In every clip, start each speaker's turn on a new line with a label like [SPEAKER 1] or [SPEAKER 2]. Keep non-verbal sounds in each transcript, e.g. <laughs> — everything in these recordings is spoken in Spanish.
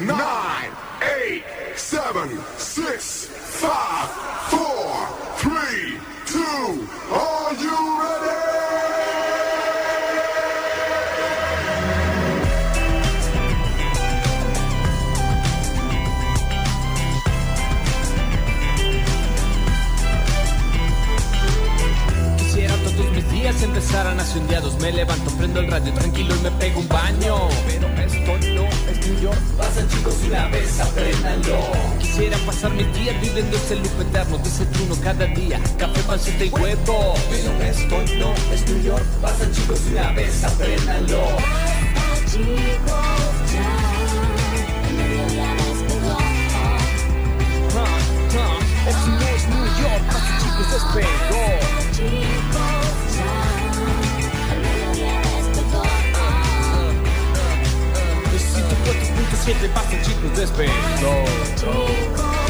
[SPEAKER 1] nine, eight, seven, six, five, four, three, two. Are you ready?
[SPEAKER 2] Quisiera todos mis días empezaran así un día dos Me levanto, prendo el radio tranquilo y me pego un baño Pero esto no es New York Pasa chicos una vez, apréndanlo Quisiera pasar mis días viviendo ese lujo eterno Desayuno cada día, café, pancita y huevo Pero esto no es New York Pasa chicos una vez, apréndanlo Ah, ah, Esto no es New York, pasa chicos, es peor Necesito 4.7, pasa chicos, es peor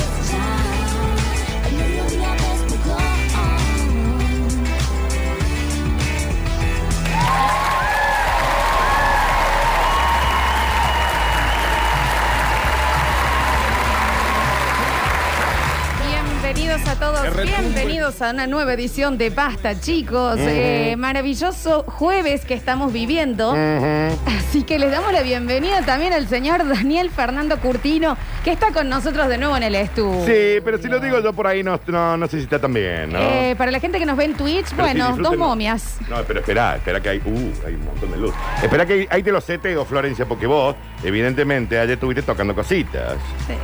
[SPEAKER 3] Bienvenidos a todos, bienvenidos a una nueva edición de Basta, chicos. Eh, maravilloso jueves que estamos viviendo. Así que les damos la bienvenida también al señor Daniel Fernando Curtino, que está con nosotros de nuevo en el estudio.
[SPEAKER 4] Sí, pero si lo digo yo por ahí no, no, no sé si está tan bien, ¿no?
[SPEAKER 3] Eh, para la gente que nos ve en Twitch,
[SPEAKER 4] Pero sí,
[SPEAKER 3] bueno, dos
[SPEAKER 4] disfrútenlo.
[SPEAKER 3] momias.
[SPEAKER 4] No, pero espera, espera que hay. Uh, hay un montón de luz. Espera que ahí- ahí te lo seteo, Florencia, porque vos, evidentemente, ayer estuviste tocando cositas.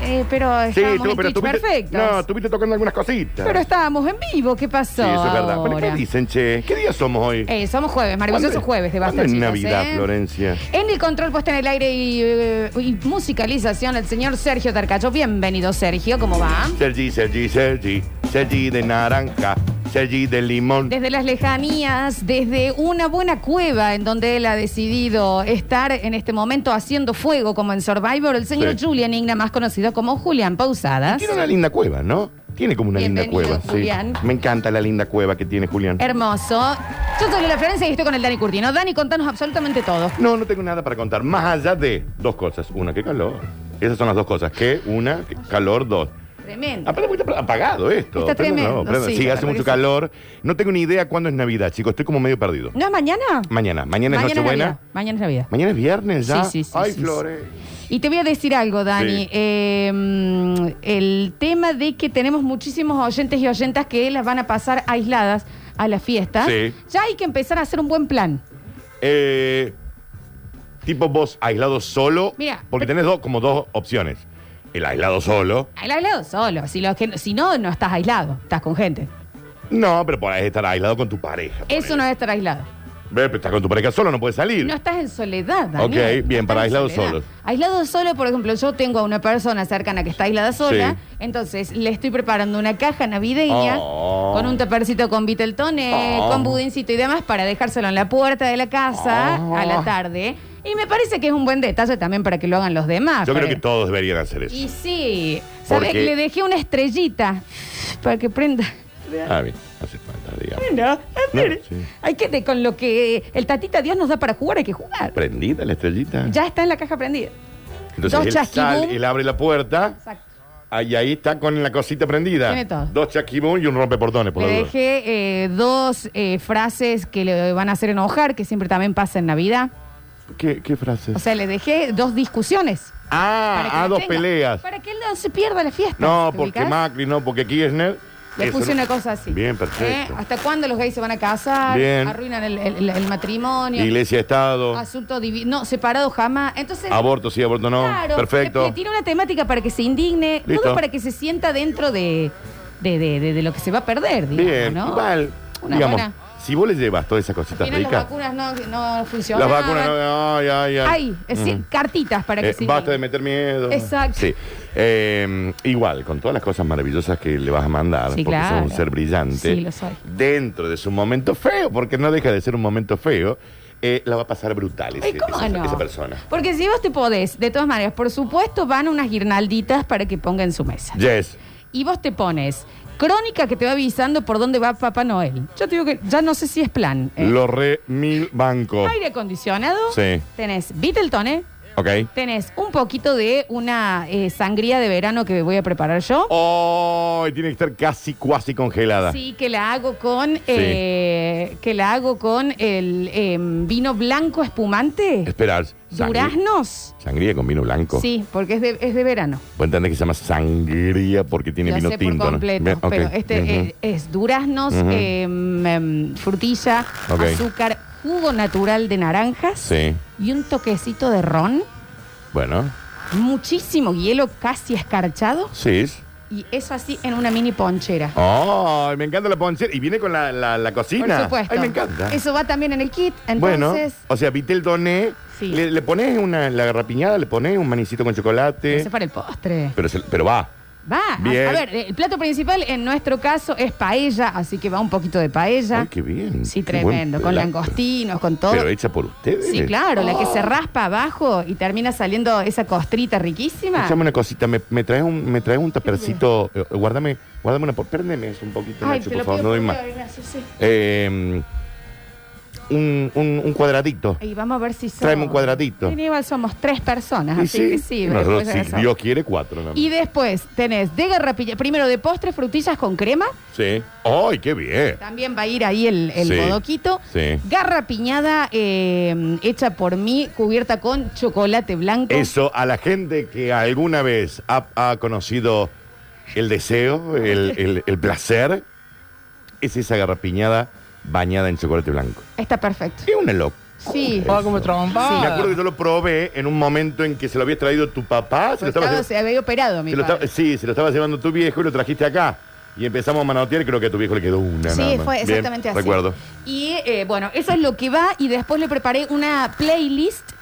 [SPEAKER 3] Eh, pero estábamos
[SPEAKER 4] tú-
[SPEAKER 3] en Twitch
[SPEAKER 4] estuviste-
[SPEAKER 3] perfectos.
[SPEAKER 4] No, estuviste tocando algunas cositas.
[SPEAKER 3] pero estábamos en vivo, ¿qué pasó?
[SPEAKER 4] Sí, eso es verdad. Pero ¿qué
[SPEAKER 3] ahora?
[SPEAKER 4] dicen, che? ¿Qué día somos hoy?
[SPEAKER 3] Eh, somos jueves, maravilloso
[SPEAKER 4] ¿Cuándo-
[SPEAKER 3] jueves de Basta,
[SPEAKER 4] cuándo es
[SPEAKER 3] chicos.
[SPEAKER 4] Navidad,
[SPEAKER 3] eh?
[SPEAKER 4] Florencia?
[SPEAKER 3] En el control puesta en el aire y, eh, y musicalización, el señor Sergio Tarcacho. Bienvenido, Sergio, ¿cómo va?
[SPEAKER 4] Sergi, Sergi, Sergi. Sergi de naranja. Sergi de limón.
[SPEAKER 3] Desde las lejanías, desde una buena cueva en donde él ha decidido estar en este momento haciendo fuego como en Survivor, el señor
[SPEAKER 4] Sí.
[SPEAKER 3] Julian Igna, más conocido como Julián Pausadas.
[SPEAKER 4] Tiene una linda cueva, ¿no? Tiene como una
[SPEAKER 3] Bienvenido,
[SPEAKER 4] linda cueva. sí.
[SPEAKER 3] Julián.
[SPEAKER 4] Me encanta la linda cueva que tiene Julián.
[SPEAKER 3] Hermoso. Yo soy la Florencia y estoy con el Dani Curtino. Dani, contanos absolutamente todo.
[SPEAKER 4] No, no tengo nada para contar. Más allá de dos cosas. Una, qué calor. Esas son las dos cosas. ¿Qué? Una, qué calor. Dos.
[SPEAKER 3] Tremendo.
[SPEAKER 4] Aparte, porque está apagado esto.
[SPEAKER 3] Está
[SPEAKER 4] Prende-
[SPEAKER 3] tremendo,
[SPEAKER 4] prende-
[SPEAKER 3] sí,
[SPEAKER 4] sí,
[SPEAKER 3] la verdad
[SPEAKER 4] hace mucho
[SPEAKER 3] que sí.
[SPEAKER 4] calor. No tengo ni idea cuándo es Navidad, chicos. Estoy como medio perdido.
[SPEAKER 3] ¿No es mañana?
[SPEAKER 4] Mañana. Mañana es
[SPEAKER 3] Navidad.
[SPEAKER 4] Nochebuena.
[SPEAKER 3] Mañana es Navidad.
[SPEAKER 4] Mañana es viernes ya.
[SPEAKER 3] Sí, sí, sí,
[SPEAKER 4] Ay,
[SPEAKER 3] sí, sí.
[SPEAKER 4] Flores.
[SPEAKER 3] Y te voy a decir algo, Dani.
[SPEAKER 4] Sí.
[SPEAKER 3] Eh, mm, el tema de que tenemos muchísimos oyentes y oyentas que las van a pasar aisladas a la fiesta.
[SPEAKER 4] Sí.
[SPEAKER 3] Ya hay que empezar a hacer un buen plan.
[SPEAKER 4] Eh, tipo vos aislado solo.
[SPEAKER 3] Mira,
[SPEAKER 4] porque
[SPEAKER 3] pero-
[SPEAKER 4] tenés dos, como dos opciones. El aislado solo.
[SPEAKER 3] El aislado solo. Si, lo que- si no, no estás aislado. Estás con gente.
[SPEAKER 4] No, pero podés estar aislado con tu pareja.
[SPEAKER 3] Eso no es estar aislado.
[SPEAKER 4] Ve, pero estás con tu pareja solo, no puedes salir. <laughs>
[SPEAKER 3] No estás en soledad, Dani.
[SPEAKER 4] Ok, bien, para aislados solos.
[SPEAKER 3] Aislado solo, por ejemplo, yo tengo a una persona cercana que está aislada sola.
[SPEAKER 4] Sí.
[SPEAKER 3] Entonces, le estoy preparando una caja navideña
[SPEAKER 4] Oh.
[SPEAKER 3] con un tapercito con Viteltoné,
[SPEAKER 4] Oh.
[SPEAKER 3] con budincito y demás para dejárselo en la puerta de la casa
[SPEAKER 4] Oh.
[SPEAKER 3] a la tarde. Y me parece que es un buen detalle también para que lo hagan los demás.
[SPEAKER 4] Yo creo
[SPEAKER 3] para-
[SPEAKER 4] que todos deberían hacer eso.
[SPEAKER 3] Y sí, ¿sabes?
[SPEAKER 4] Porque-
[SPEAKER 3] Le dejé una estrellita para que prenda.
[SPEAKER 4] Ah, bien, hace falta, digamos.
[SPEAKER 3] Bueno, a ver,
[SPEAKER 4] sí.
[SPEAKER 3] hay que de- con lo que el tatita Dios nos da para jugar, hay que jugar.
[SPEAKER 4] Prendida la estrellita.
[SPEAKER 3] Ya está en la caja prendida.
[SPEAKER 4] Entonces
[SPEAKER 3] Dos
[SPEAKER 4] él sale,
[SPEAKER 3] chasquibum.
[SPEAKER 4] él abre la puerta
[SPEAKER 3] Exacto.
[SPEAKER 4] ah, y ahí está con la cosita prendida.
[SPEAKER 3] Tiene todo.
[SPEAKER 4] Dos chasquibum y un rompeportones, por
[SPEAKER 3] Le
[SPEAKER 4] la duda.
[SPEAKER 3] dejé eh, dos eh, frases que le van a hacer enojar, que siempre también pasa en Navidad.
[SPEAKER 4] ¿Qué, qué frase?
[SPEAKER 3] O sea, le dejé dos discusiones.
[SPEAKER 4] ah,
[SPEAKER 3] para que
[SPEAKER 4] ah,
[SPEAKER 3] la
[SPEAKER 4] dos
[SPEAKER 3] tenga,
[SPEAKER 4] peleas.
[SPEAKER 3] Para que él no se pierda la fiesta.
[SPEAKER 4] No,
[SPEAKER 3] ¿te
[SPEAKER 4] porque
[SPEAKER 3] ubicás?
[SPEAKER 4] Macri, no, porque Kirchner.
[SPEAKER 3] Le
[SPEAKER 4] Eso
[SPEAKER 3] puse
[SPEAKER 4] no-
[SPEAKER 3] una cosa así.
[SPEAKER 4] Bien,
[SPEAKER 3] ¿Eh?
[SPEAKER 4] perfecto.
[SPEAKER 3] ¿Hasta cuándo los gays se van a casar?
[SPEAKER 4] Bien.
[SPEAKER 3] Arruinan el, el- el matrimonio.
[SPEAKER 4] Iglesia, Estado.
[SPEAKER 3] Asunto divino. No, separado jamás. Entonces.
[SPEAKER 4] Aborto sí, aborto no.
[SPEAKER 3] Claro,
[SPEAKER 4] perfecto.
[SPEAKER 3] Le, le tira una temática para que se indigne.
[SPEAKER 4] Listo.
[SPEAKER 3] Todo para que se sienta dentro de, de, de- de- de lo que se va a perder, digamos,
[SPEAKER 4] Bien,
[SPEAKER 3] ¿no?
[SPEAKER 4] igual.
[SPEAKER 3] Una
[SPEAKER 4] digamos,
[SPEAKER 3] buena.
[SPEAKER 4] si vos le llevas todas esas
[SPEAKER 3] Al
[SPEAKER 4] cositas
[SPEAKER 3] final las
[SPEAKER 4] ricas.
[SPEAKER 3] vacunas no, no funcionan.
[SPEAKER 4] Las vacunas no. Ay, ay, ay.
[SPEAKER 3] Hay, es decir,
[SPEAKER 4] Ujú.
[SPEAKER 3] cartitas para que
[SPEAKER 4] Eh,
[SPEAKER 3] se
[SPEAKER 4] basta de meter miedo.
[SPEAKER 3] Exacto.
[SPEAKER 4] Sí. Eh, igual, con todas las cosas maravillosas que le vas a mandar,
[SPEAKER 3] Sí,
[SPEAKER 4] porque
[SPEAKER 3] claro.
[SPEAKER 4] sos un ser brillante,
[SPEAKER 3] Sí, lo soy.
[SPEAKER 4] dentro de su momento feo, porque no deja de ser un momento feo, eh, la va a pasar brutal ese-
[SPEAKER 3] Ay, ¿cómo
[SPEAKER 4] esa,
[SPEAKER 3] no?
[SPEAKER 4] esa persona.
[SPEAKER 3] Porque si vos te podés, de todas maneras, por supuesto van unas guirnalditas para que ponga en su mesa.
[SPEAKER 4] Yes.
[SPEAKER 3] Y vos te pones crónica que te va avisando por dónde va Papá Noel. Yo te digo que ya no sé si es plan. ¿eh?
[SPEAKER 4] Lo re mil banco.
[SPEAKER 3] Aire acondicionado.
[SPEAKER 4] Sí.
[SPEAKER 3] Tenés Beatletone,
[SPEAKER 4] Ok.
[SPEAKER 3] Tenés un poquito de una eh, sangría de verano que voy a preparar yo.
[SPEAKER 4] Oh, tiene que estar casi, casi congelada.
[SPEAKER 3] Sí, que la hago con eh, que la hago con el em, vino blanco espumante,
[SPEAKER 4] Esperar.
[SPEAKER 3] duraznos.
[SPEAKER 4] Sangría con vino blanco.
[SPEAKER 3] Sí, porque es de, es de verano.
[SPEAKER 4] Vos entendés que se llama sangría porque tiene
[SPEAKER 3] Lo
[SPEAKER 4] vino
[SPEAKER 3] sé por
[SPEAKER 4] tinto. ¿no?
[SPEAKER 3] completo,
[SPEAKER 4] Bien, ok.
[SPEAKER 3] pero este
[SPEAKER 4] Ujú.
[SPEAKER 3] eh, es, duraznos,
[SPEAKER 4] Ujú.
[SPEAKER 3] em, em, frutilla,
[SPEAKER 4] Ok.
[SPEAKER 3] azúcar, jugo natural de naranjas
[SPEAKER 4] Sí.
[SPEAKER 3] y un toquecito de ron,
[SPEAKER 4] Bueno,
[SPEAKER 3] muchísimo hielo casi escarchado
[SPEAKER 4] sí.
[SPEAKER 3] y eso así en una mini ponchera.
[SPEAKER 4] Oh, Ay, me encanta la ponchera. Y viene con la, la, la
[SPEAKER 3] Por
[SPEAKER 4] cocina.
[SPEAKER 3] supuesto.
[SPEAKER 4] Ay, me encanta.
[SPEAKER 3] Eso va también en el kit,
[SPEAKER 4] bueno,
[SPEAKER 3] entonces
[SPEAKER 4] o sea, Vitel Doné.
[SPEAKER 3] Sí.
[SPEAKER 4] Le, le pones una, la garrapiñada, le pones un manicito con chocolate.
[SPEAKER 3] eso es para el postre.
[SPEAKER 4] Pero, se- pero va.
[SPEAKER 3] Va,
[SPEAKER 4] Bien.
[SPEAKER 3] a ver, el plato principal en nuestro caso es paella, así que va un poquito de paella.
[SPEAKER 4] Ay, qué bien.
[SPEAKER 3] Sí,
[SPEAKER 4] Qué buen
[SPEAKER 3] tremendo, con
[SPEAKER 4] plato.
[SPEAKER 3] langostinos, con todo.
[SPEAKER 4] Pero Oh. hecha por ustedes.
[SPEAKER 3] Sí, claro, la que se raspa abajo y termina saliendo esa costrita riquísima.
[SPEAKER 4] Escuchame una cosita, me, me traes un, me traes un tapercito. eh, guárdame, guárdame una. por- Pérdeme eso un poquito,
[SPEAKER 3] Ay,
[SPEAKER 4] Nacho,
[SPEAKER 3] te
[SPEAKER 4] por
[SPEAKER 3] lo
[SPEAKER 4] favor,
[SPEAKER 3] pido
[SPEAKER 4] no doy
[SPEAKER 3] por
[SPEAKER 4] más.
[SPEAKER 3] favor, gracias, sí.
[SPEAKER 4] Eh, un, un, un cuadradito.
[SPEAKER 3] Y vamos a ver si somos.
[SPEAKER 4] Tráeme un cuadradito.
[SPEAKER 3] Aníbal, somos tres personas,
[SPEAKER 4] Y
[SPEAKER 3] así que Ah, sí.
[SPEAKER 4] y
[SPEAKER 3] después
[SPEAKER 4] nosotros,
[SPEAKER 3] de
[SPEAKER 4] si
[SPEAKER 3] eso.
[SPEAKER 4] Dios quiere, cuatro. nada más.
[SPEAKER 3] Y después tenés de garrapilla, primero de postre, frutillas con crema.
[SPEAKER 4] Sí. ¡Ay, qué bien!
[SPEAKER 3] También va a ir ahí el, el
[SPEAKER 4] Sí,
[SPEAKER 3] bodoquito.
[SPEAKER 4] sí.
[SPEAKER 3] Garra piñada eh, hecha por mí, cubierta con chocolate blanco.
[SPEAKER 4] Eso, a la gente que alguna vez ha, ha conocido el deseo, el, el- el placer, es esa garrapiñada bañada en chocolate blanco.
[SPEAKER 3] Está perfecto.
[SPEAKER 4] Es una locura.
[SPEAKER 3] Sí.
[SPEAKER 5] Ah, como trompa.
[SPEAKER 4] Me acuerdo que yo lo probé en un momento en que se lo había traído tu papá. Se lo estaba
[SPEAKER 3] Estaba-
[SPEAKER 4] llevando-
[SPEAKER 3] se había operado, mi
[SPEAKER 4] se lo
[SPEAKER 3] padre.
[SPEAKER 4] estaba- sí, se lo estaba llevando tu viejo y lo trajiste acá. Y empezamos a manotear y creo que a tu viejo le quedó una. nada
[SPEAKER 3] Sí,
[SPEAKER 4] más.
[SPEAKER 3] fue
[SPEAKER 4] Bien,
[SPEAKER 3] exactamente así.
[SPEAKER 4] Recuerdo.
[SPEAKER 3] Y eh, bueno, eso es lo que va y después le preparé una playlist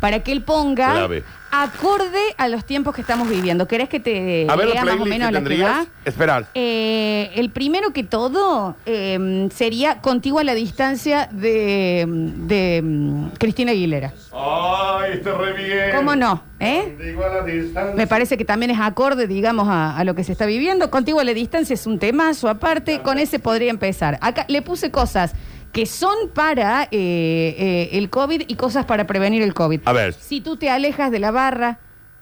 [SPEAKER 3] para que él ponga
[SPEAKER 4] Clave.
[SPEAKER 3] acorde a los tiempos que estamos viviendo. ¿Querés que te
[SPEAKER 4] A ver, la
[SPEAKER 3] lea Eh, más o
[SPEAKER 4] playlist
[SPEAKER 3] menos
[SPEAKER 4] que
[SPEAKER 3] la que
[SPEAKER 4] tendrías.
[SPEAKER 3] va?
[SPEAKER 4] Esperar.
[SPEAKER 3] Eh, el primero que todo eh, sería Contigo a la distancia de, de, mm, Cristina Aguilera.
[SPEAKER 4] Ay, está re bien.
[SPEAKER 3] ¿Cómo no? ¿Eh?
[SPEAKER 4] Digo a la distancia.
[SPEAKER 3] Me parece que también es acorde, digamos, a, a lo que se está viviendo. Contigo a la distancia es un temazo aparte, con ese podría empezar. Acá le puse cosas que son para eh, eh, el COVID y cosas para prevenir el COVID.
[SPEAKER 4] A ver.
[SPEAKER 3] Si tú te alejas de la barra,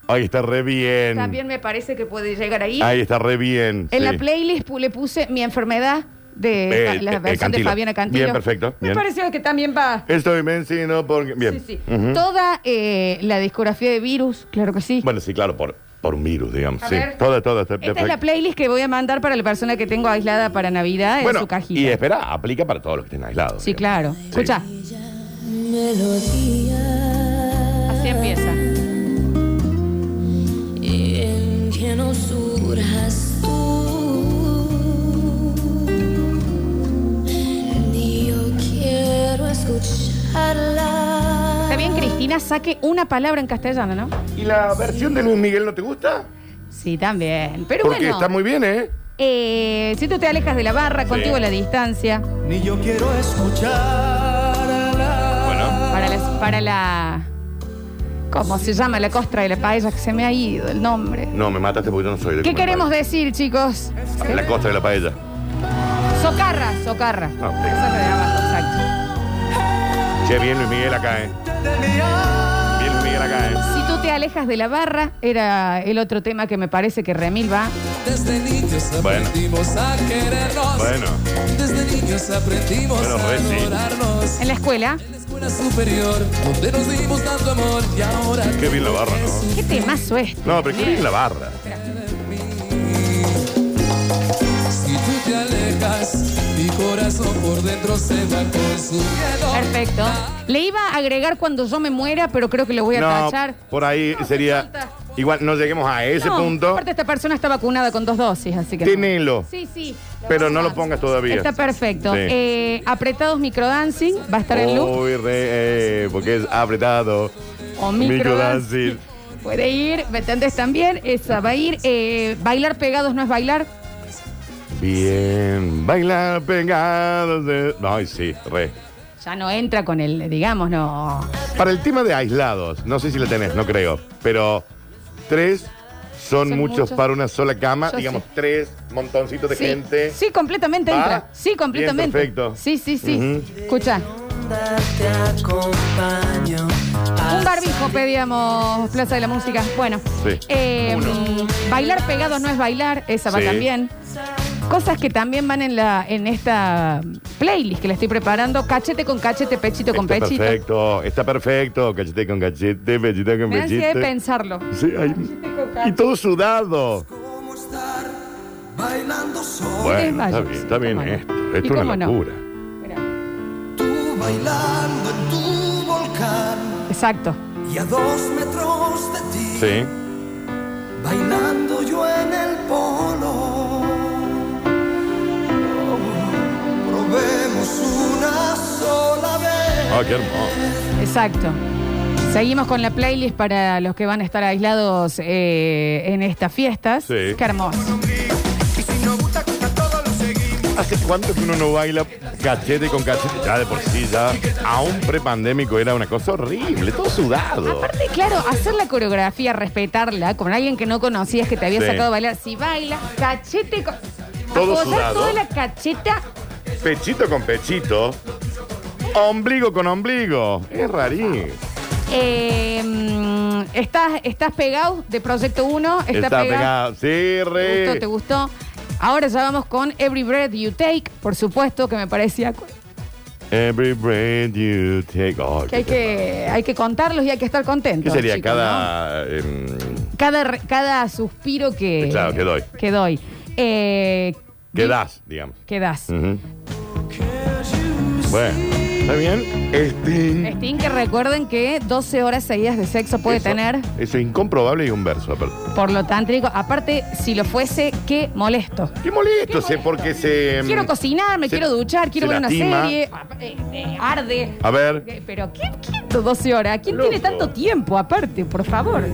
[SPEAKER 4] Ay, está re bien.
[SPEAKER 3] también me parece que puede llegar ahí.
[SPEAKER 4] Ahí está re bien.
[SPEAKER 3] en
[SPEAKER 4] sí.
[SPEAKER 3] la playlist pu- le puse mi enfermedad
[SPEAKER 4] Eh,
[SPEAKER 3] de la
[SPEAKER 4] eh, eh,
[SPEAKER 3] versión de
[SPEAKER 4] Cantilo.
[SPEAKER 3] Fabiana Cantilo.
[SPEAKER 4] Bien, perfecto,
[SPEAKER 3] Me
[SPEAKER 4] bien.
[SPEAKER 3] pareció que también va.
[SPEAKER 4] Estoy vencido porque. Bien.
[SPEAKER 3] Sí, sí.
[SPEAKER 4] Ujú.
[SPEAKER 3] Toda eh, la discografía de Virus, claro que sí.
[SPEAKER 4] Bueno, sí, claro, por, por un virus, digamos.
[SPEAKER 3] A
[SPEAKER 4] sí.
[SPEAKER 3] ver.
[SPEAKER 4] Toda, toda. está
[SPEAKER 3] Esta es la
[SPEAKER 4] perfecto.
[SPEAKER 3] playlist que voy a mandar para la persona que tengo aislada para Navidad en
[SPEAKER 4] bueno,
[SPEAKER 3] su cajita.
[SPEAKER 4] y espera, aplica para todos los que estén aislados.
[SPEAKER 3] Sí, claro.
[SPEAKER 4] digamos. Sí.
[SPEAKER 3] Escucha,
[SPEAKER 6] Melodía
[SPEAKER 3] así empieza.
[SPEAKER 6] en que no surjas tú. Ni yo quiero escucharla.
[SPEAKER 3] Está bien, Cristina, saque una palabra en castellano, ¿no?
[SPEAKER 4] ¿Y la versión de Luis Miguel no te gusta?
[SPEAKER 3] Sí, también. Pero
[SPEAKER 4] Porque
[SPEAKER 3] bueno,
[SPEAKER 4] está muy bien, ¿eh?
[SPEAKER 3] eh, si tú te alejas de la barra, contigo a la distancia.
[SPEAKER 5] Ni yo quiero escucharla.
[SPEAKER 4] Bueno.
[SPEAKER 3] Para la, para la. ¿Cómo se llama la costra de la paella? Que se me ha ido el nombre.
[SPEAKER 4] No, me mataste porque yo no soy de
[SPEAKER 3] ¿Qué
[SPEAKER 4] comer
[SPEAKER 3] queremos
[SPEAKER 4] paella.
[SPEAKER 3] decir, chicos? ¿Eh?
[SPEAKER 4] La costa de la paella.
[SPEAKER 3] Socarra, socarra.
[SPEAKER 4] No,
[SPEAKER 3] Eso es lo de abajo, exacto.
[SPEAKER 4] Che, bien Luis Miguel acá, ¿eh? Bien Luis Miguel acá, ¿eh?
[SPEAKER 3] Si tú te alejas de la barra, era el otro tema que me parece que Remil va.
[SPEAKER 7] Desde niños
[SPEAKER 4] Bueno.
[SPEAKER 7] aprendimos a querernos.
[SPEAKER 4] Bueno.
[SPEAKER 7] Desde niños aprendimos
[SPEAKER 4] Bueno,
[SPEAKER 7] a
[SPEAKER 4] re sí.
[SPEAKER 7] adorarnos.
[SPEAKER 3] En la escuela.
[SPEAKER 7] En la escuela superior, donde nos dimos tanto amor y ahora
[SPEAKER 4] Qué bien la barra,
[SPEAKER 7] es
[SPEAKER 4] ¿no?
[SPEAKER 3] ¿Qué temazo es?
[SPEAKER 4] No, pero qué bien la barra.
[SPEAKER 7] un mí. Si tú te alejas, mi corazón por dentro se va consumiendo.
[SPEAKER 3] Perfecto. Le iba a agregar cuando yo me muera, pero creo que lo voy a
[SPEAKER 4] No,
[SPEAKER 3] tachar.
[SPEAKER 4] por ahí
[SPEAKER 3] No,
[SPEAKER 4] sería...
[SPEAKER 3] te falta.
[SPEAKER 4] Igual, no lleguemos a ese
[SPEAKER 3] No,
[SPEAKER 4] punto.
[SPEAKER 3] Aparte, esta persona está vacunada con dos dosis, así que. no.
[SPEAKER 4] Tenelo.
[SPEAKER 3] Sí, sí.
[SPEAKER 4] Pero no lo pongas todavía.
[SPEAKER 3] Está perfecto.
[SPEAKER 4] Sí. Oh,
[SPEAKER 3] Eh, apretados microdancing, va a estar en loop.
[SPEAKER 4] Uy, re, eh, porque es apretado.
[SPEAKER 3] O
[SPEAKER 4] microdancing.
[SPEAKER 3] microdancing. Puede ir, ¿me entendés también? Esa va a ir. Eh, bailar pegados no es bailar.
[SPEAKER 4] Bien, bailar pegados. de- Ay, sí, re.
[SPEAKER 3] Ya no entra con el, digamos, no.
[SPEAKER 4] Para el tema de aislados, no sé si la tenés, no creo, pero tres son,
[SPEAKER 3] Son
[SPEAKER 4] muchos,
[SPEAKER 3] muchos.
[SPEAKER 4] para una sola cama,
[SPEAKER 3] Yo
[SPEAKER 4] digamos
[SPEAKER 3] sí.
[SPEAKER 4] tres montoncitos de
[SPEAKER 3] sí,
[SPEAKER 4] gente.
[SPEAKER 3] sí, completamente
[SPEAKER 4] ¿Va?
[SPEAKER 3] entra. Sí, completamente.
[SPEAKER 4] Bien, perfecto.
[SPEAKER 3] Sí, sí, sí.
[SPEAKER 4] Ujú.
[SPEAKER 3] Escucha.
[SPEAKER 5] onda te acompaño.
[SPEAKER 3] Un barbijo pedíamos Plaza de la Música. Bueno,
[SPEAKER 4] Sí.
[SPEAKER 3] eh,
[SPEAKER 4] Uno.
[SPEAKER 3] bailar pegados no es bailar, esa va
[SPEAKER 4] Sí.
[SPEAKER 3] también. Cosas que también van en la en esta playlist que le estoy preparando, cachete con cachete, pechito con
[SPEAKER 4] está
[SPEAKER 3] pechito.
[SPEAKER 4] perfecto, está perfecto. Cachete con cachete, pechito con
[SPEAKER 3] Me da ansiedad
[SPEAKER 4] pechito.
[SPEAKER 3] de pensarlo.
[SPEAKER 4] Sí, ay, y todo sudado.
[SPEAKER 5] Bailando solo,
[SPEAKER 4] Bueno, está
[SPEAKER 3] desmayes,
[SPEAKER 4] bien,
[SPEAKER 3] sí,
[SPEAKER 4] está bien
[SPEAKER 3] cómo no.
[SPEAKER 4] esto.
[SPEAKER 3] ¿Y
[SPEAKER 4] Esto es
[SPEAKER 3] cómo
[SPEAKER 4] una
[SPEAKER 3] no?
[SPEAKER 4] locura.
[SPEAKER 3] Mirá.
[SPEAKER 5] tú bailando en tu volcán
[SPEAKER 3] Exacto.
[SPEAKER 5] y a dos metros de ti.
[SPEAKER 4] Sí.
[SPEAKER 5] Bailando yo en el polo. Oh, probemos una sola vez.
[SPEAKER 4] Ah, qué hermoso.
[SPEAKER 3] Exacto. Seguimos con la playlist para los que van a estar aislados eh, en estas fiestas.
[SPEAKER 4] Sí.
[SPEAKER 3] Qué hermoso.
[SPEAKER 4] ¿Hace cuánto que uno no baila cachete con cachete? Ya de por sí, ya. Aún prepandémico era una cosa horrible, todo sudado.
[SPEAKER 3] Aparte, claro, hacer la coreografía, respetarla con alguien que no conocías que te había
[SPEAKER 4] Sí.
[SPEAKER 3] sacado a bailar. Si baila, cachete con.
[SPEAKER 4] Todo
[SPEAKER 3] Apoyar
[SPEAKER 4] sudado.
[SPEAKER 3] toda la cacheta.
[SPEAKER 4] Pechito con pechito. Ombligo con ombligo. Es rarísimo.
[SPEAKER 3] eh, mm, estás, estás pegado de Proyecto 1. Está, pegado.
[SPEAKER 4] Sí,
[SPEAKER 3] ¿Te
[SPEAKER 4] re.
[SPEAKER 3] gustó? ¿Te gustó? Ahora ya vamos con Every Breath You Take, por supuesto, que me parecía cu-
[SPEAKER 4] Every breath you take. Oh,
[SPEAKER 3] que hay
[SPEAKER 4] qué
[SPEAKER 3] que, hay que contarlos y hay que estar contentos.
[SPEAKER 4] ¿Qué sería
[SPEAKER 3] chicos, ¿no?
[SPEAKER 4] cada.? em,
[SPEAKER 3] cada, re- cada suspiro que,
[SPEAKER 4] Claro, que doy.
[SPEAKER 3] Que doy. Eh,
[SPEAKER 4] ¿Qué
[SPEAKER 3] di-
[SPEAKER 4] das, digamos?
[SPEAKER 3] Que das.
[SPEAKER 4] Ujú. Bueno, ¿está bien? Este.
[SPEAKER 3] Sting, que recuerden que 12 horas seguidas de sexo puede
[SPEAKER 4] eso-
[SPEAKER 3] tener
[SPEAKER 4] Eso es incomprobable y un verso, aparte.
[SPEAKER 3] por lo tántrico. Aparte, si lo fuese, qué molesto.
[SPEAKER 4] Qué molesto, sé, porque se. em,
[SPEAKER 3] Quiero cocinar, me
[SPEAKER 4] se-
[SPEAKER 3] quiero duchar, quiero
[SPEAKER 4] se
[SPEAKER 3] ver una
[SPEAKER 4] lastima.
[SPEAKER 3] serie. Ah, eh, eh, Arde.
[SPEAKER 4] A ver,
[SPEAKER 3] Eh, Pero, ¿quién, quién 12 horas? ¿Quién
[SPEAKER 4] Loco.
[SPEAKER 3] tiene tanto tiempo aparte? Por favor.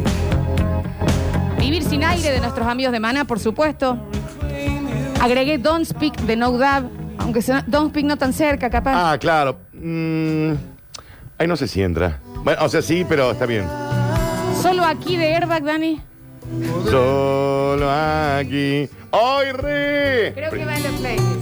[SPEAKER 3] Vivir sin aire de nuestros amigos de Mana, por supuesto. Agregué Don't Speak de No Dab, aunque sea Don't Speak no tan cerca, capaz.
[SPEAKER 4] ah, claro. Mm, ahí no sé si entra. Bueno, o sea, sí, pero está bien. Ah.
[SPEAKER 3] Solo aquí de Airbag, Dani.
[SPEAKER 4] Solo aquí. ¡Ay, re!
[SPEAKER 3] Creo que va en los playlists.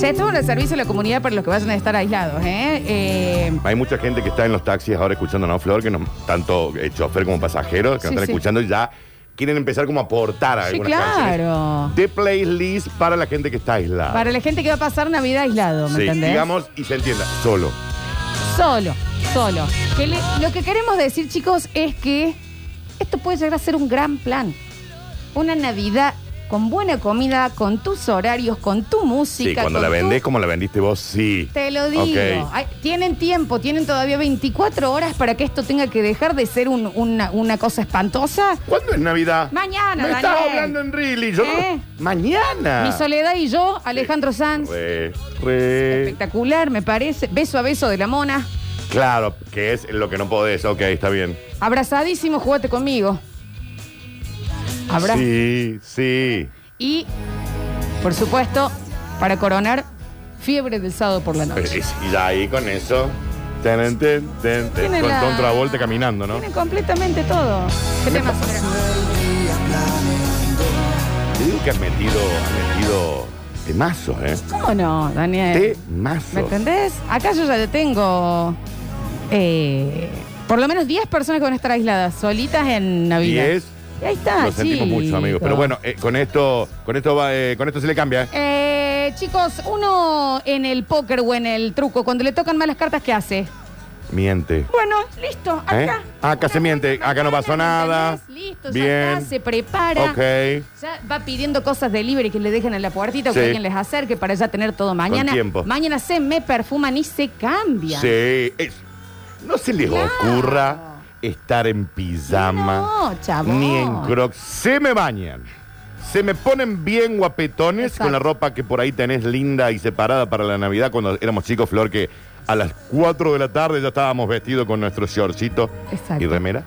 [SPEAKER 3] Che, esto es un servicio a la comunidad para los que vayan a estar aislados, ¿eh? Eh,
[SPEAKER 4] Hay mucha gente que está en los taxis ahora escuchándonos, Flor, que nos, tanto eh, chofer como pasajeros, que
[SPEAKER 3] Sí,
[SPEAKER 4] nos están
[SPEAKER 3] sí.
[SPEAKER 4] escuchando y ya quieren empezar como a aportar
[SPEAKER 3] Sí,
[SPEAKER 4] algunas
[SPEAKER 3] claro.
[SPEAKER 4] canciones. De playlist para la gente que está aislada.
[SPEAKER 3] para la gente que va a pasar Navidad aislado, ¿me
[SPEAKER 4] sí,
[SPEAKER 3] entendés?
[SPEAKER 4] digamos y se entienda. Solo.
[SPEAKER 3] Solo, solo. Que le- lo que queremos decir, chicos, es que esto puede llegar a ser un gran plan. Una Navidad con buena comida, con tus horarios, con tu música.
[SPEAKER 4] Sí, cuando
[SPEAKER 3] con
[SPEAKER 4] la
[SPEAKER 3] tu-
[SPEAKER 4] vendés como la vendiste vos, sí.
[SPEAKER 3] Te lo digo.
[SPEAKER 4] Ok.
[SPEAKER 3] Ay, tienen tiempo, tienen todavía 24 horas para que esto tenga que dejar de ser un- una, una cosa espantosa.
[SPEAKER 4] ¿Cuándo es Navidad?
[SPEAKER 3] Mañana,
[SPEAKER 4] Me estás
[SPEAKER 3] Daniel.
[SPEAKER 4] hablando en Really. Yo no-
[SPEAKER 3] ¿Eh?
[SPEAKER 4] Mañana.
[SPEAKER 3] Mi Soledad y yo, Alejandro Sanz.
[SPEAKER 4] Ah. Re, re.
[SPEAKER 3] Espectacular, me parece. Beso a beso de la mona.
[SPEAKER 4] Claro, que es lo que no podés. Ok, está bien.
[SPEAKER 3] Abrazadísimo, jugate conmigo. Abra
[SPEAKER 4] Sí, sí.
[SPEAKER 3] Y, por supuesto, para coronar, fiebre del sábado por la noche.
[SPEAKER 4] Y y ya ahí con eso. Ten, ten, ten, ten,
[SPEAKER 3] Tiene
[SPEAKER 4] con
[SPEAKER 3] la-
[SPEAKER 4] Don Travolta caminando, ¿no?
[SPEAKER 3] Tienen completamente todo. ¿Qué tema será?
[SPEAKER 4] Te digo que has metido, has metido temazos, ¿eh?
[SPEAKER 3] ¿Cómo no, Daniel? Eh, ¿Me
[SPEAKER 4] Temazos.
[SPEAKER 3] entendés? Acá yo ya tengo eh, por lo menos 10 personas que van a estar aisladas, solitas en Navidad.
[SPEAKER 4] 10.
[SPEAKER 3] Y ahí está,
[SPEAKER 4] Lo sentimos mucho,
[SPEAKER 3] chicos.
[SPEAKER 4] amigos. Pero bueno, eh, con esto, con esto va, eh, con esto se le cambia. ¿eh?
[SPEAKER 3] Eh, chicos, uno en el póker o en el truco, cuando le tocan malas cartas, ¿qué hace?
[SPEAKER 4] Miente.
[SPEAKER 3] Bueno, listo, acá.
[SPEAKER 4] ¿Eh? Acá se miente, acá no pasó nada.
[SPEAKER 3] ¿Entendés? Listo, ya
[SPEAKER 4] Bien.
[SPEAKER 3] está, se prepara.
[SPEAKER 4] Ok.
[SPEAKER 3] Ya va pidiendo cosas delivery que le dejen en la puertita,
[SPEAKER 4] Sí.
[SPEAKER 3] que alguien les acerque para ya tener todo mañana.
[SPEAKER 4] tiempo.
[SPEAKER 3] Mañana se me perfuman y se cambian.
[SPEAKER 4] Sí. es- no se les
[SPEAKER 3] Claro.
[SPEAKER 4] ocurra estar en pijama.
[SPEAKER 3] No, chabón.
[SPEAKER 4] Ni en crocs. Se me bañan. Se me ponen bien guapetones
[SPEAKER 3] Exacto.
[SPEAKER 4] con la ropa que por ahí tenés linda y separada para la Navidad cuando éramos chicos, Flor, que a las 4 de la tarde ya estábamos vestidos con nuestro shortcito
[SPEAKER 3] Exacto.
[SPEAKER 4] y remera.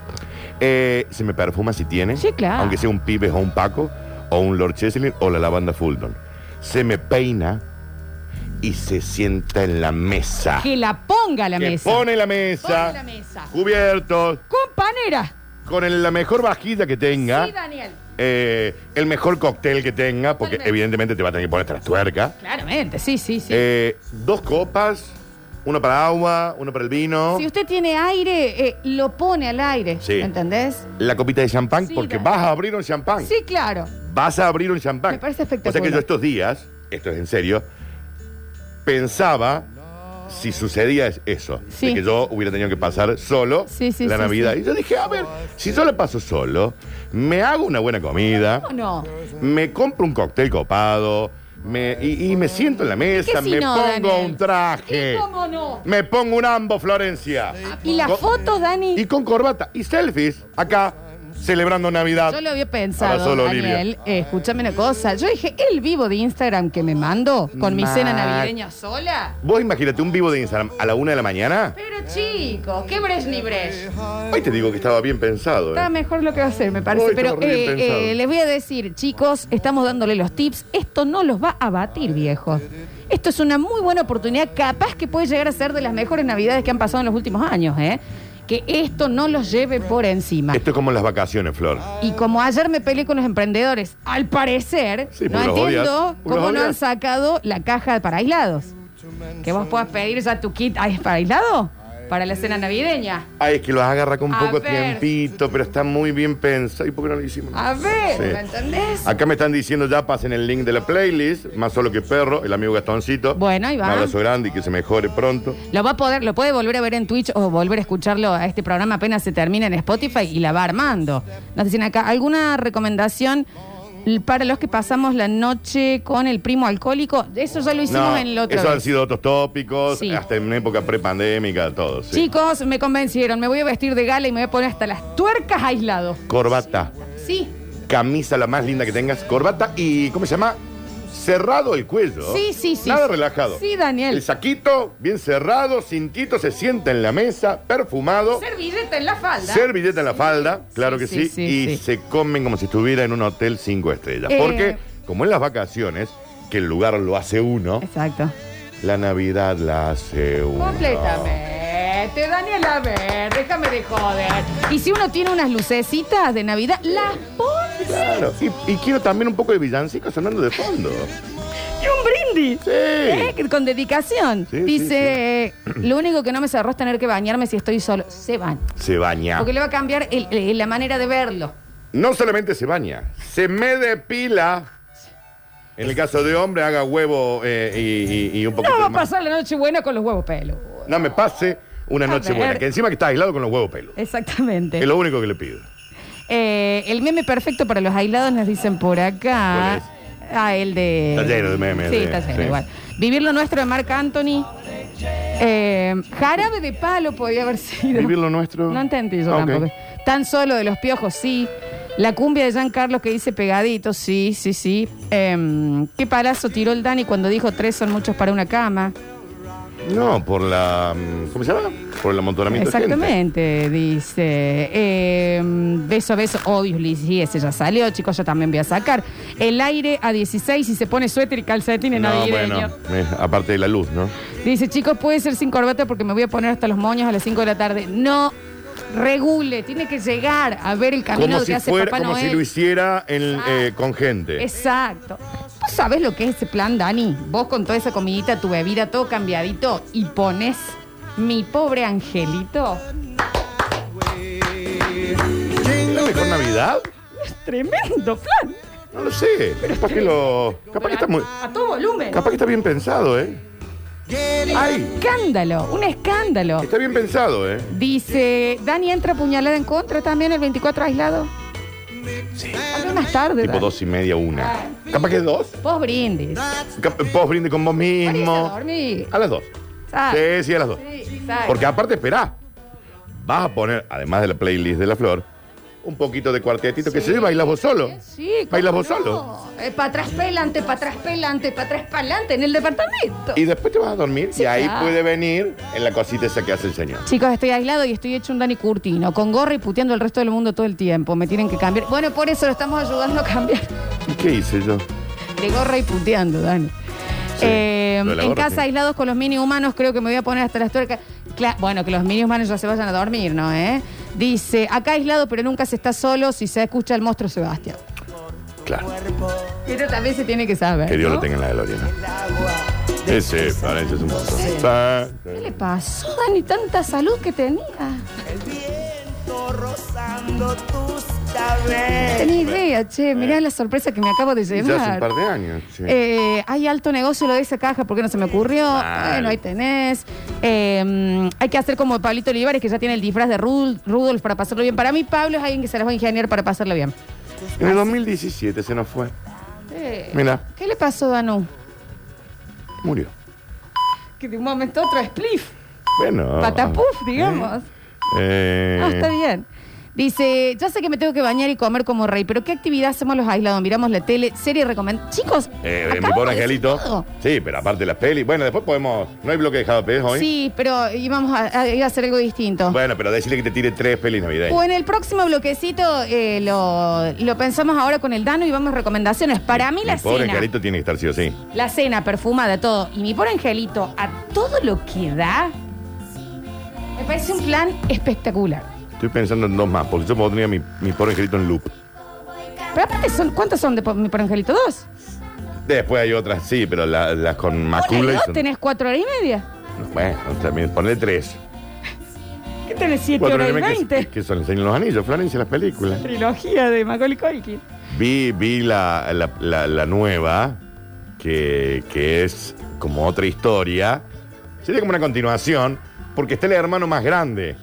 [SPEAKER 4] Eh, se me perfuma si tiene.
[SPEAKER 3] Sí, claro.
[SPEAKER 4] Aunque sea un Pibes o un Paco, o un Lord Cheslin o la lavanda Fulton. Se me peina y se sienta en la mesa.
[SPEAKER 3] Que la ponga a la
[SPEAKER 4] Que
[SPEAKER 3] mesa.
[SPEAKER 4] Pone la mesa.
[SPEAKER 3] Pone la mesa.
[SPEAKER 4] Cubiertos.
[SPEAKER 3] Compañera.
[SPEAKER 4] Con el- la mejor vajilla que tenga.
[SPEAKER 3] Sí, Daniel.
[SPEAKER 4] eh, el mejor cóctel que tenga, porque
[SPEAKER 3] Totalmente.
[SPEAKER 4] evidentemente te va a tener que poner hasta las tuercas.
[SPEAKER 3] Claramente, sí, sí, sí.
[SPEAKER 4] Eh, dos Eh, copas, Uno para agua, uno para el vino.
[SPEAKER 3] Si usted tiene aire, eh, lo pone al aire.
[SPEAKER 4] Sí.
[SPEAKER 3] ¿Entendés?
[SPEAKER 4] La copita de champán,
[SPEAKER 3] Sí,
[SPEAKER 4] porque
[SPEAKER 3] dale.
[SPEAKER 4] vas a abrir un champán.
[SPEAKER 3] Sí, claro.
[SPEAKER 4] Vas a abrir un champán.
[SPEAKER 3] Me parece
[SPEAKER 4] O sea que
[SPEAKER 3] espectacular.
[SPEAKER 4] yo estos días, esto es en serio, pensaba si sucedía es- eso.
[SPEAKER 3] Sí.
[SPEAKER 4] De que yo hubiera tenido que pasar solo
[SPEAKER 3] Sí, sí,
[SPEAKER 4] la
[SPEAKER 3] sí,
[SPEAKER 4] Navidad.
[SPEAKER 3] sí.
[SPEAKER 4] Y yo dije, a ver, si yo la paso solo, me hago una buena comida,
[SPEAKER 3] ¿O no?
[SPEAKER 4] me compro un cóctel copado. me- y, y me siento en la mesa,
[SPEAKER 3] si
[SPEAKER 4] me
[SPEAKER 3] no,
[SPEAKER 4] pongo
[SPEAKER 3] Daniel?
[SPEAKER 4] un traje.
[SPEAKER 3] ¿Y cómo no? Ah,
[SPEAKER 4] Me pongo un ambo, Florencia.
[SPEAKER 3] Y las
[SPEAKER 4] Con-
[SPEAKER 3] fotos, Dani.
[SPEAKER 4] Eh, Y con corbata. Y selfies acá, celebrando Navidad.
[SPEAKER 3] Yo lo había
[SPEAKER 4] Ahora
[SPEAKER 3] pensado,
[SPEAKER 4] solo Olivia.
[SPEAKER 3] Daniel. Eh, escúchame una cosa. Yo dije, el vivo de Instagram que me mando con mi
[SPEAKER 4] Ma-
[SPEAKER 3] cena navideña sola.
[SPEAKER 4] Vos imagínate un vivo de Instagram a la una de la mañana.
[SPEAKER 3] Pero chicos, qué bresh ni bresh.
[SPEAKER 4] Hoy te digo que estaba bien pensado.
[SPEAKER 3] Está
[SPEAKER 4] ¿eh?
[SPEAKER 3] mejor lo que va a hacer, me parece.
[SPEAKER 4] Uy,
[SPEAKER 3] Pero
[SPEAKER 4] estaba re bien
[SPEAKER 3] eh,
[SPEAKER 4] pensado.
[SPEAKER 3] eh, les voy a decir, chicos, estamos dándole los tips. Esto no los va a batir, viejos. Esto es una muy buena oportunidad, capaz que puede llegar a ser de las mejores navidades que han pasado en los últimos años, ¿eh? Que esto no los lleve por encima.
[SPEAKER 4] Esto es como las vacaciones, Flor.
[SPEAKER 3] Y como ayer me peleé con los emprendedores, al parecer,
[SPEAKER 4] Sí,
[SPEAKER 3] no
[SPEAKER 4] porque los
[SPEAKER 3] entiendo
[SPEAKER 4] odias, porque
[SPEAKER 3] cómo
[SPEAKER 4] los
[SPEAKER 3] no han
[SPEAKER 4] odias.
[SPEAKER 3] sacado la caja para aislados. Que vos puedas pedir ya tu kit ay, para aislado, para la cena navideña.
[SPEAKER 4] Ay, es que los agarra con
[SPEAKER 3] A
[SPEAKER 4] poco
[SPEAKER 3] ver.
[SPEAKER 4] tiempito, pero está muy bien pensado. ¿Y por qué no lo hicimos?
[SPEAKER 3] A ver,
[SPEAKER 4] Sí.
[SPEAKER 3] ¿me entendés?
[SPEAKER 4] Acá me están diciendo ya pasen el link de la playlist, más solo que perro, el amigo Gastoncito.
[SPEAKER 3] Bueno, ahí va.
[SPEAKER 4] Un abrazo grande y que se mejore pronto.
[SPEAKER 3] Lo va a poder, lo puede volver a ver en Twitch o volver a escucharlo a este programa apenas se termina en Spotify y la va armando. Nos dicen acá, ¿alguna recomendación para los que pasamos la noche con el primo alcohólico? Eso ya lo hicimos
[SPEAKER 4] No,
[SPEAKER 3] en el otro.
[SPEAKER 4] esos han sido otros tópicos,
[SPEAKER 3] Sí.
[SPEAKER 4] hasta en una época prepandémica, todo. sí.
[SPEAKER 3] Chicos, me convencieron, me voy a vestir de gala y me voy a poner hasta las tuercas aislado.
[SPEAKER 4] Corbata,
[SPEAKER 3] Sí,
[SPEAKER 4] camisa la más linda que tengas, corbata y, ¿cómo se llama? Cerrado el cuello.
[SPEAKER 3] Sí, sí, sí.
[SPEAKER 4] Nada relajado.
[SPEAKER 3] Sí, Daniel.
[SPEAKER 4] El saquito, bien cerrado, cintito, se sienta en la mesa, perfumado.
[SPEAKER 3] Oh. servilleta en la falda.
[SPEAKER 4] Servilleta en la falda, claro
[SPEAKER 3] Sí,
[SPEAKER 4] que
[SPEAKER 3] sí,
[SPEAKER 4] sí,
[SPEAKER 3] sí,
[SPEAKER 4] y
[SPEAKER 3] sí.
[SPEAKER 4] se comen como si estuviera en un hotel cinco estrellas.
[SPEAKER 3] Eh.
[SPEAKER 4] Porque, como en las vacaciones, que el lugar lo hace uno,
[SPEAKER 3] Exacto.
[SPEAKER 4] la Navidad la hace uno.
[SPEAKER 3] Completamente, Daniel, a ver, déjame de joder. Y si uno tiene unas lucecitas de Navidad, las pone.
[SPEAKER 4] Claro. Y, y quiero también un poco de villancico sonando de fondo.
[SPEAKER 3] Y un brindis.
[SPEAKER 4] Sí.
[SPEAKER 3] ¿Eh? Con dedicación.
[SPEAKER 4] Sí, sí,
[SPEAKER 3] Dice, lo único que no me cerró es tener que bañarme si estoy solo. Se van.
[SPEAKER 4] Se baña.
[SPEAKER 3] Porque le va a cambiar el- el- la manera de verlo.
[SPEAKER 4] No solamente se baña, se me depila. En el caso de hombre, haga huevo eh, y, y- y un poquito
[SPEAKER 3] No va a
[SPEAKER 4] de más.
[SPEAKER 3] pasar la noche buena con los huevos pelos.
[SPEAKER 4] No me pase una
[SPEAKER 3] A
[SPEAKER 4] noche
[SPEAKER 3] ver.
[SPEAKER 4] buena. Que encima que está aislado con los huevos pelos.
[SPEAKER 3] Exactamente.
[SPEAKER 4] Es lo único que le pido.
[SPEAKER 3] Eh, el meme perfecto para los aislados nos dicen por acá. Ah, el de.
[SPEAKER 4] Está lleno de memes,
[SPEAKER 3] Sí,
[SPEAKER 4] sí,
[SPEAKER 3] está lleno
[SPEAKER 4] sí.
[SPEAKER 3] igual. Vivir lo nuestro de Marc Anthony. Eh, jarabe de palo podía haber sido.
[SPEAKER 4] Vivir lo nuestro.
[SPEAKER 3] No entendí yo
[SPEAKER 4] Ah, ok.
[SPEAKER 3] tampoco. Tan solo de los piojos, sí. La cumbia de Jean Carlos que dice pegadito, sí, sí, sí. Em, ¿Qué palazo tiró el Dani cuando dijo tres son muchos para una cama?
[SPEAKER 4] No, por la. mm, ¿Cómo se llama? Por el amontonamiento. de gente.
[SPEAKER 3] Exactamente, dice. Eh, beso a beso, obviously, sí, ese ya salió, chicos, yo también voy a sacar. El aire a 16 y se pone suéter y calcetín en
[SPEAKER 4] No,
[SPEAKER 3] navideño.
[SPEAKER 4] bueno. eh, aparte de la luz, ¿no?
[SPEAKER 3] Dice, chicos, puede ser sin corbata porque me voy a poner hasta los moños a las 5 de la tarde. No, regule, tiene que llegar a ver el camino
[SPEAKER 4] Como
[SPEAKER 3] que
[SPEAKER 4] si
[SPEAKER 3] hace
[SPEAKER 4] fuera,
[SPEAKER 3] Papá
[SPEAKER 4] como
[SPEAKER 3] Noel. Ah,
[SPEAKER 4] si lo hiciera en- eh, con gente.
[SPEAKER 3] Exacto. ¿Vos sabés lo que es ese plan, Dani? Vos con toda esa comidita, tu bebida, todo cambiadito y pones mi pobre angelito.
[SPEAKER 4] ¿La mejor Navidad?
[SPEAKER 3] Tremendo plan.
[SPEAKER 4] No lo sé. Capaz que lo. Capaz que está muy.
[SPEAKER 3] A todo volumen.
[SPEAKER 4] Capaz que está bien pensado, ¿eh? ¡Ay!
[SPEAKER 3] Escándalo, un escándalo.
[SPEAKER 4] Está bien pensado, ¿eh?
[SPEAKER 3] Dice, Dani entra puñalada en contra también el 24 aislado. Sí. más tarde.
[SPEAKER 4] Tipo
[SPEAKER 3] Dani.
[SPEAKER 4] dos y media, una. Capaz que dos.
[SPEAKER 3] Vos brindis.
[SPEAKER 4] Cap- Vos brinde con vos
[SPEAKER 3] París a
[SPEAKER 4] mismo.
[SPEAKER 3] dormir.
[SPEAKER 4] A las dos.
[SPEAKER 3] Ah,
[SPEAKER 4] Sí, sí, a las dos.
[SPEAKER 3] sí, exacto.
[SPEAKER 4] Porque aparte, esperá. Vas a poner, además de la playlist de la flor, un poquito de cuartetito que se lleva y bailas vos solo.
[SPEAKER 3] Sí, ¿cómo
[SPEAKER 4] Bailas vos
[SPEAKER 3] no?
[SPEAKER 4] solo.
[SPEAKER 3] Eh, para atrás pelante, para atrás pelante, para atrás pelante en el departamento.
[SPEAKER 4] Y después te vas a dormir
[SPEAKER 3] Sí,
[SPEAKER 4] y ahí
[SPEAKER 3] claro.
[SPEAKER 4] puede venir en la cosita esa que hace el señor.
[SPEAKER 3] Chicos, estoy aislado y estoy hecho un Dani Curtino, con gorra y puteando al resto del mundo todo el tiempo. Me tienen que cambiar. Bueno, por eso lo estamos ayudando a cambiar.
[SPEAKER 4] ¿Y qué hice yo?
[SPEAKER 3] De gorra y puteando, Dani. Eh,
[SPEAKER 4] lo de la
[SPEAKER 3] en
[SPEAKER 4] gorra,
[SPEAKER 3] casa
[SPEAKER 4] sí.
[SPEAKER 3] aislados con los mini humanos, creo que me voy a poner hasta las tuercas. Cla- bueno, que los mini humanos ya se vayan a dormir, ¿no? eh? Dice, acá aislado, pero nunca se está solo si se escucha el monstruo Sebastián.
[SPEAKER 4] Claro,
[SPEAKER 3] Pero también se tiene que saber.
[SPEAKER 4] que Dios
[SPEAKER 3] ¿no?
[SPEAKER 4] lo tenga en la gloria. ¿no? Sí, sí, Florencia es un montón. Sí.
[SPEAKER 3] ¿Qué le pasó, Dani? Tanta salud que tenía.
[SPEAKER 8] El viento rozando tus cabellos.
[SPEAKER 3] Tenía idea, che. Mirá la sorpresa que me acabo de
[SPEAKER 4] Ya hace un
[SPEAKER 3] llevar.
[SPEAKER 4] par de años. sí.
[SPEAKER 3] Eh, hay alto negocio lo de esa caja, ¿por qué no se me ocurrió?
[SPEAKER 4] Claro.
[SPEAKER 3] Bueno, ahí tenés. Eh, hay que hacer como Pablito Olivares, que ya tiene el disfraz de Ru- Rudolf para pasarlo bien. Para mí, Pablo es alguien que se las va a ingeniar para pasarlo bien.
[SPEAKER 4] En el 2017 se nos fue.
[SPEAKER 3] Eh,
[SPEAKER 4] Mira,
[SPEAKER 3] ¿Qué le pasó, Danu?
[SPEAKER 4] murió.
[SPEAKER 3] Que de un momento a otro spliff,
[SPEAKER 4] Bueno.
[SPEAKER 3] patapuf, digamos.
[SPEAKER 4] Eh,
[SPEAKER 3] No, está bien. Dice, ya sé que me tengo que bañar y comer como rey, pero ¿qué actividad hacemos los aislados? Miramos la tele, serie recomendada. Chicos,
[SPEAKER 4] eh, mi
[SPEAKER 3] acabo de
[SPEAKER 4] pobre
[SPEAKER 3] decir
[SPEAKER 4] angelito.
[SPEAKER 3] todo.
[SPEAKER 4] Sí, pero aparte las pelis. Bueno, después podemos. ¿No hay bloque de jalapeños hoy?
[SPEAKER 3] Sí, pero íbamos a, a- iba a hacer algo distinto.
[SPEAKER 4] Bueno, pero decirle que te tire tres pelis navideñas.
[SPEAKER 3] O en el próximo bloquecito eh, lo, lo pensamos ahora con el Dano y vamos recomendaciones. Para mí la
[SPEAKER 4] Mi pobre
[SPEAKER 3] cena,
[SPEAKER 4] angelito tiene que estar sí o sí.
[SPEAKER 3] la cena perfumada, todo. Y mi pobre angelito, a todo lo que da, me parece un plan espectacular.
[SPEAKER 4] Estoy pensando en dos más, porque yo podría mi, mi pobre angelito en loop.
[SPEAKER 3] Pero aparte, son, ¿cuántos son de po- mi pobre angelito? ¿Dos?
[SPEAKER 4] Después hay otras, sí, pero la- las con
[SPEAKER 3] Ponele
[SPEAKER 4] macula y
[SPEAKER 3] dos,
[SPEAKER 4] son-
[SPEAKER 3] tenés cuatro horas y media.
[SPEAKER 4] Bueno, también ponle tres.
[SPEAKER 3] ¿Qué tenés siete
[SPEAKER 4] Cuatro
[SPEAKER 3] horas y
[SPEAKER 4] elementos que-
[SPEAKER 3] veinte?
[SPEAKER 4] que, son el Señor de los Anillos, Florencia, las películas.
[SPEAKER 3] Trilogía de Macaulay Culkin.
[SPEAKER 4] Vi, vi la, la- la- la nueva, que, que es como otra historia. Sería como una continuación, porque está el hermano más grande.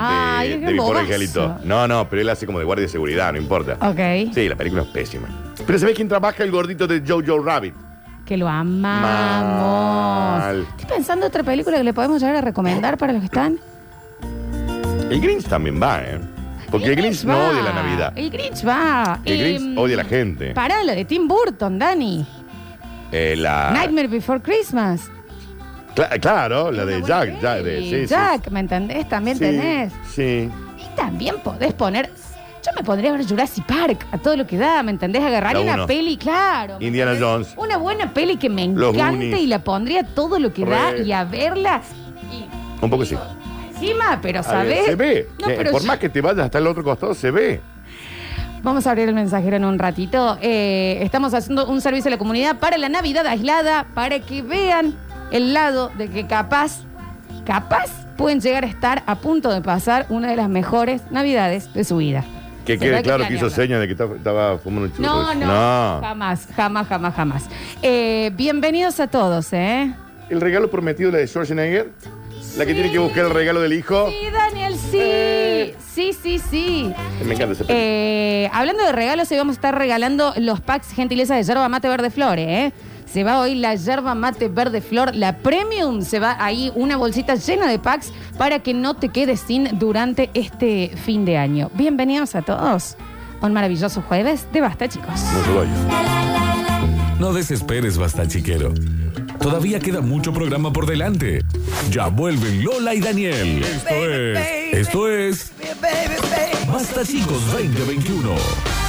[SPEAKER 3] Ay, es
[SPEAKER 4] mi
[SPEAKER 3] un
[SPEAKER 4] pobre
[SPEAKER 3] bobazo.
[SPEAKER 4] angelito. No, no, pero él hace como de guardia de seguridad, no importa.
[SPEAKER 3] Ok.
[SPEAKER 4] Sí, la película es pésima. Pero ¿sabés quién trabaja? El gordito de Jojo Rabbit.
[SPEAKER 3] Que lo amamos.
[SPEAKER 4] Mal.
[SPEAKER 3] Estoy pensando otra película que le podemos llegar a recomendar para los que están.
[SPEAKER 4] El Grinch también va, ¿eh? Porque el Grinch no
[SPEAKER 3] va.
[SPEAKER 4] odia la Navidad.
[SPEAKER 3] El Grinch va.
[SPEAKER 4] El Grinch
[SPEAKER 3] Em,
[SPEAKER 4] odia a la gente.
[SPEAKER 3] Pará, la de Tim Burton, Dani.
[SPEAKER 4] Eh, la-
[SPEAKER 3] Nightmare Before Christmas.
[SPEAKER 4] Cla- claro, la
[SPEAKER 3] Una
[SPEAKER 4] de
[SPEAKER 3] buena
[SPEAKER 4] Jack. Jack, de-
[SPEAKER 3] peli.
[SPEAKER 4] sí, sí,
[SPEAKER 3] Jack, ¿me entendés? También
[SPEAKER 4] sí,
[SPEAKER 3] tenés.
[SPEAKER 4] Sí.
[SPEAKER 3] Y también podés poner. Yo me pondría a ver Jurassic Park a todo lo que da, ¿me entendés? Agarraría
[SPEAKER 4] La
[SPEAKER 3] una
[SPEAKER 4] uno.
[SPEAKER 3] peli, claro. ¿me
[SPEAKER 4] Indiana
[SPEAKER 3] entendés?
[SPEAKER 4] Jones.
[SPEAKER 3] Una buena peli que me
[SPEAKER 4] Los
[SPEAKER 3] encante
[SPEAKER 4] Goonies.
[SPEAKER 3] y la pondría a todo lo que da
[SPEAKER 4] Re.
[SPEAKER 3] y a verla. Y
[SPEAKER 4] Un poco sí.
[SPEAKER 3] encima, pero
[SPEAKER 4] A ver,
[SPEAKER 3] ¿sabés?
[SPEAKER 4] Se ve.
[SPEAKER 3] No,
[SPEAKER 4] Eh,
[SPEAKER 3] pero
[SPEAKER 4] Por
[SPEAKER 3] yo-
[SPEAKER 4] más que te vayas hasta el otro costado, se ve.
[SPEAKER 3] Vamos a abrir el mensajero en un ratito. Eh, estamos haciendo un servicio a la comunidad para la Navidad aislada, para que vean el lado de que capaz, capaz pueden llegar a estar a punto de pasar una de las mejores Navidades de su vida.
[SPEAKER 4] Que
[SPEAKER 3] Pero hay
[SPEAKER 4] quede claro que hizo
[SPEAKER 3] planearla.
[SPEAKER 4] señas de que estaba- estaba fumando un
[SPEAKER 3] No,
[SPEAKER 4] churro.
[SPEAKER 3] no, jamás, jamás, jamás, jamás. Eh, bienvenidos a todos, ¿eh?
[SPEAKER 4] El regalo prometido, la de Schwarzenegger. La que tiene que buscar el regalo del hijo.
[SPEAKER 3] Sí, Daniel, sí,
[SPEAKER 4] Eh.
[SPEAKER 3] sí, sí, sí.
[SPEAKER 4] Me encanta ese película.
[SPEAKER 3] Eh, hablando de regalos, hoy vamos a estar regalando los packs gentileza de yerba mate verde flor, ¿eh? Se va hoy la yerba mate verde flor, la premium. Se va ahí una bolsita llena de packs para que no te quedes sin durante este fin de año. Bienvenidos a todos. a Un maravilloso jueves de basta, chicos.
[SPEAKER 4] Mucho rollo.
[SPEAKER 9] No desesperes, basta chiquero. Todavía queda mucho programa por delante. Ya vuelven Lola y Daniel. Esto es. Esto es.
[SPEAKER 8] Baby, baby,
[SPEAKER 9] Basta chicos 2021.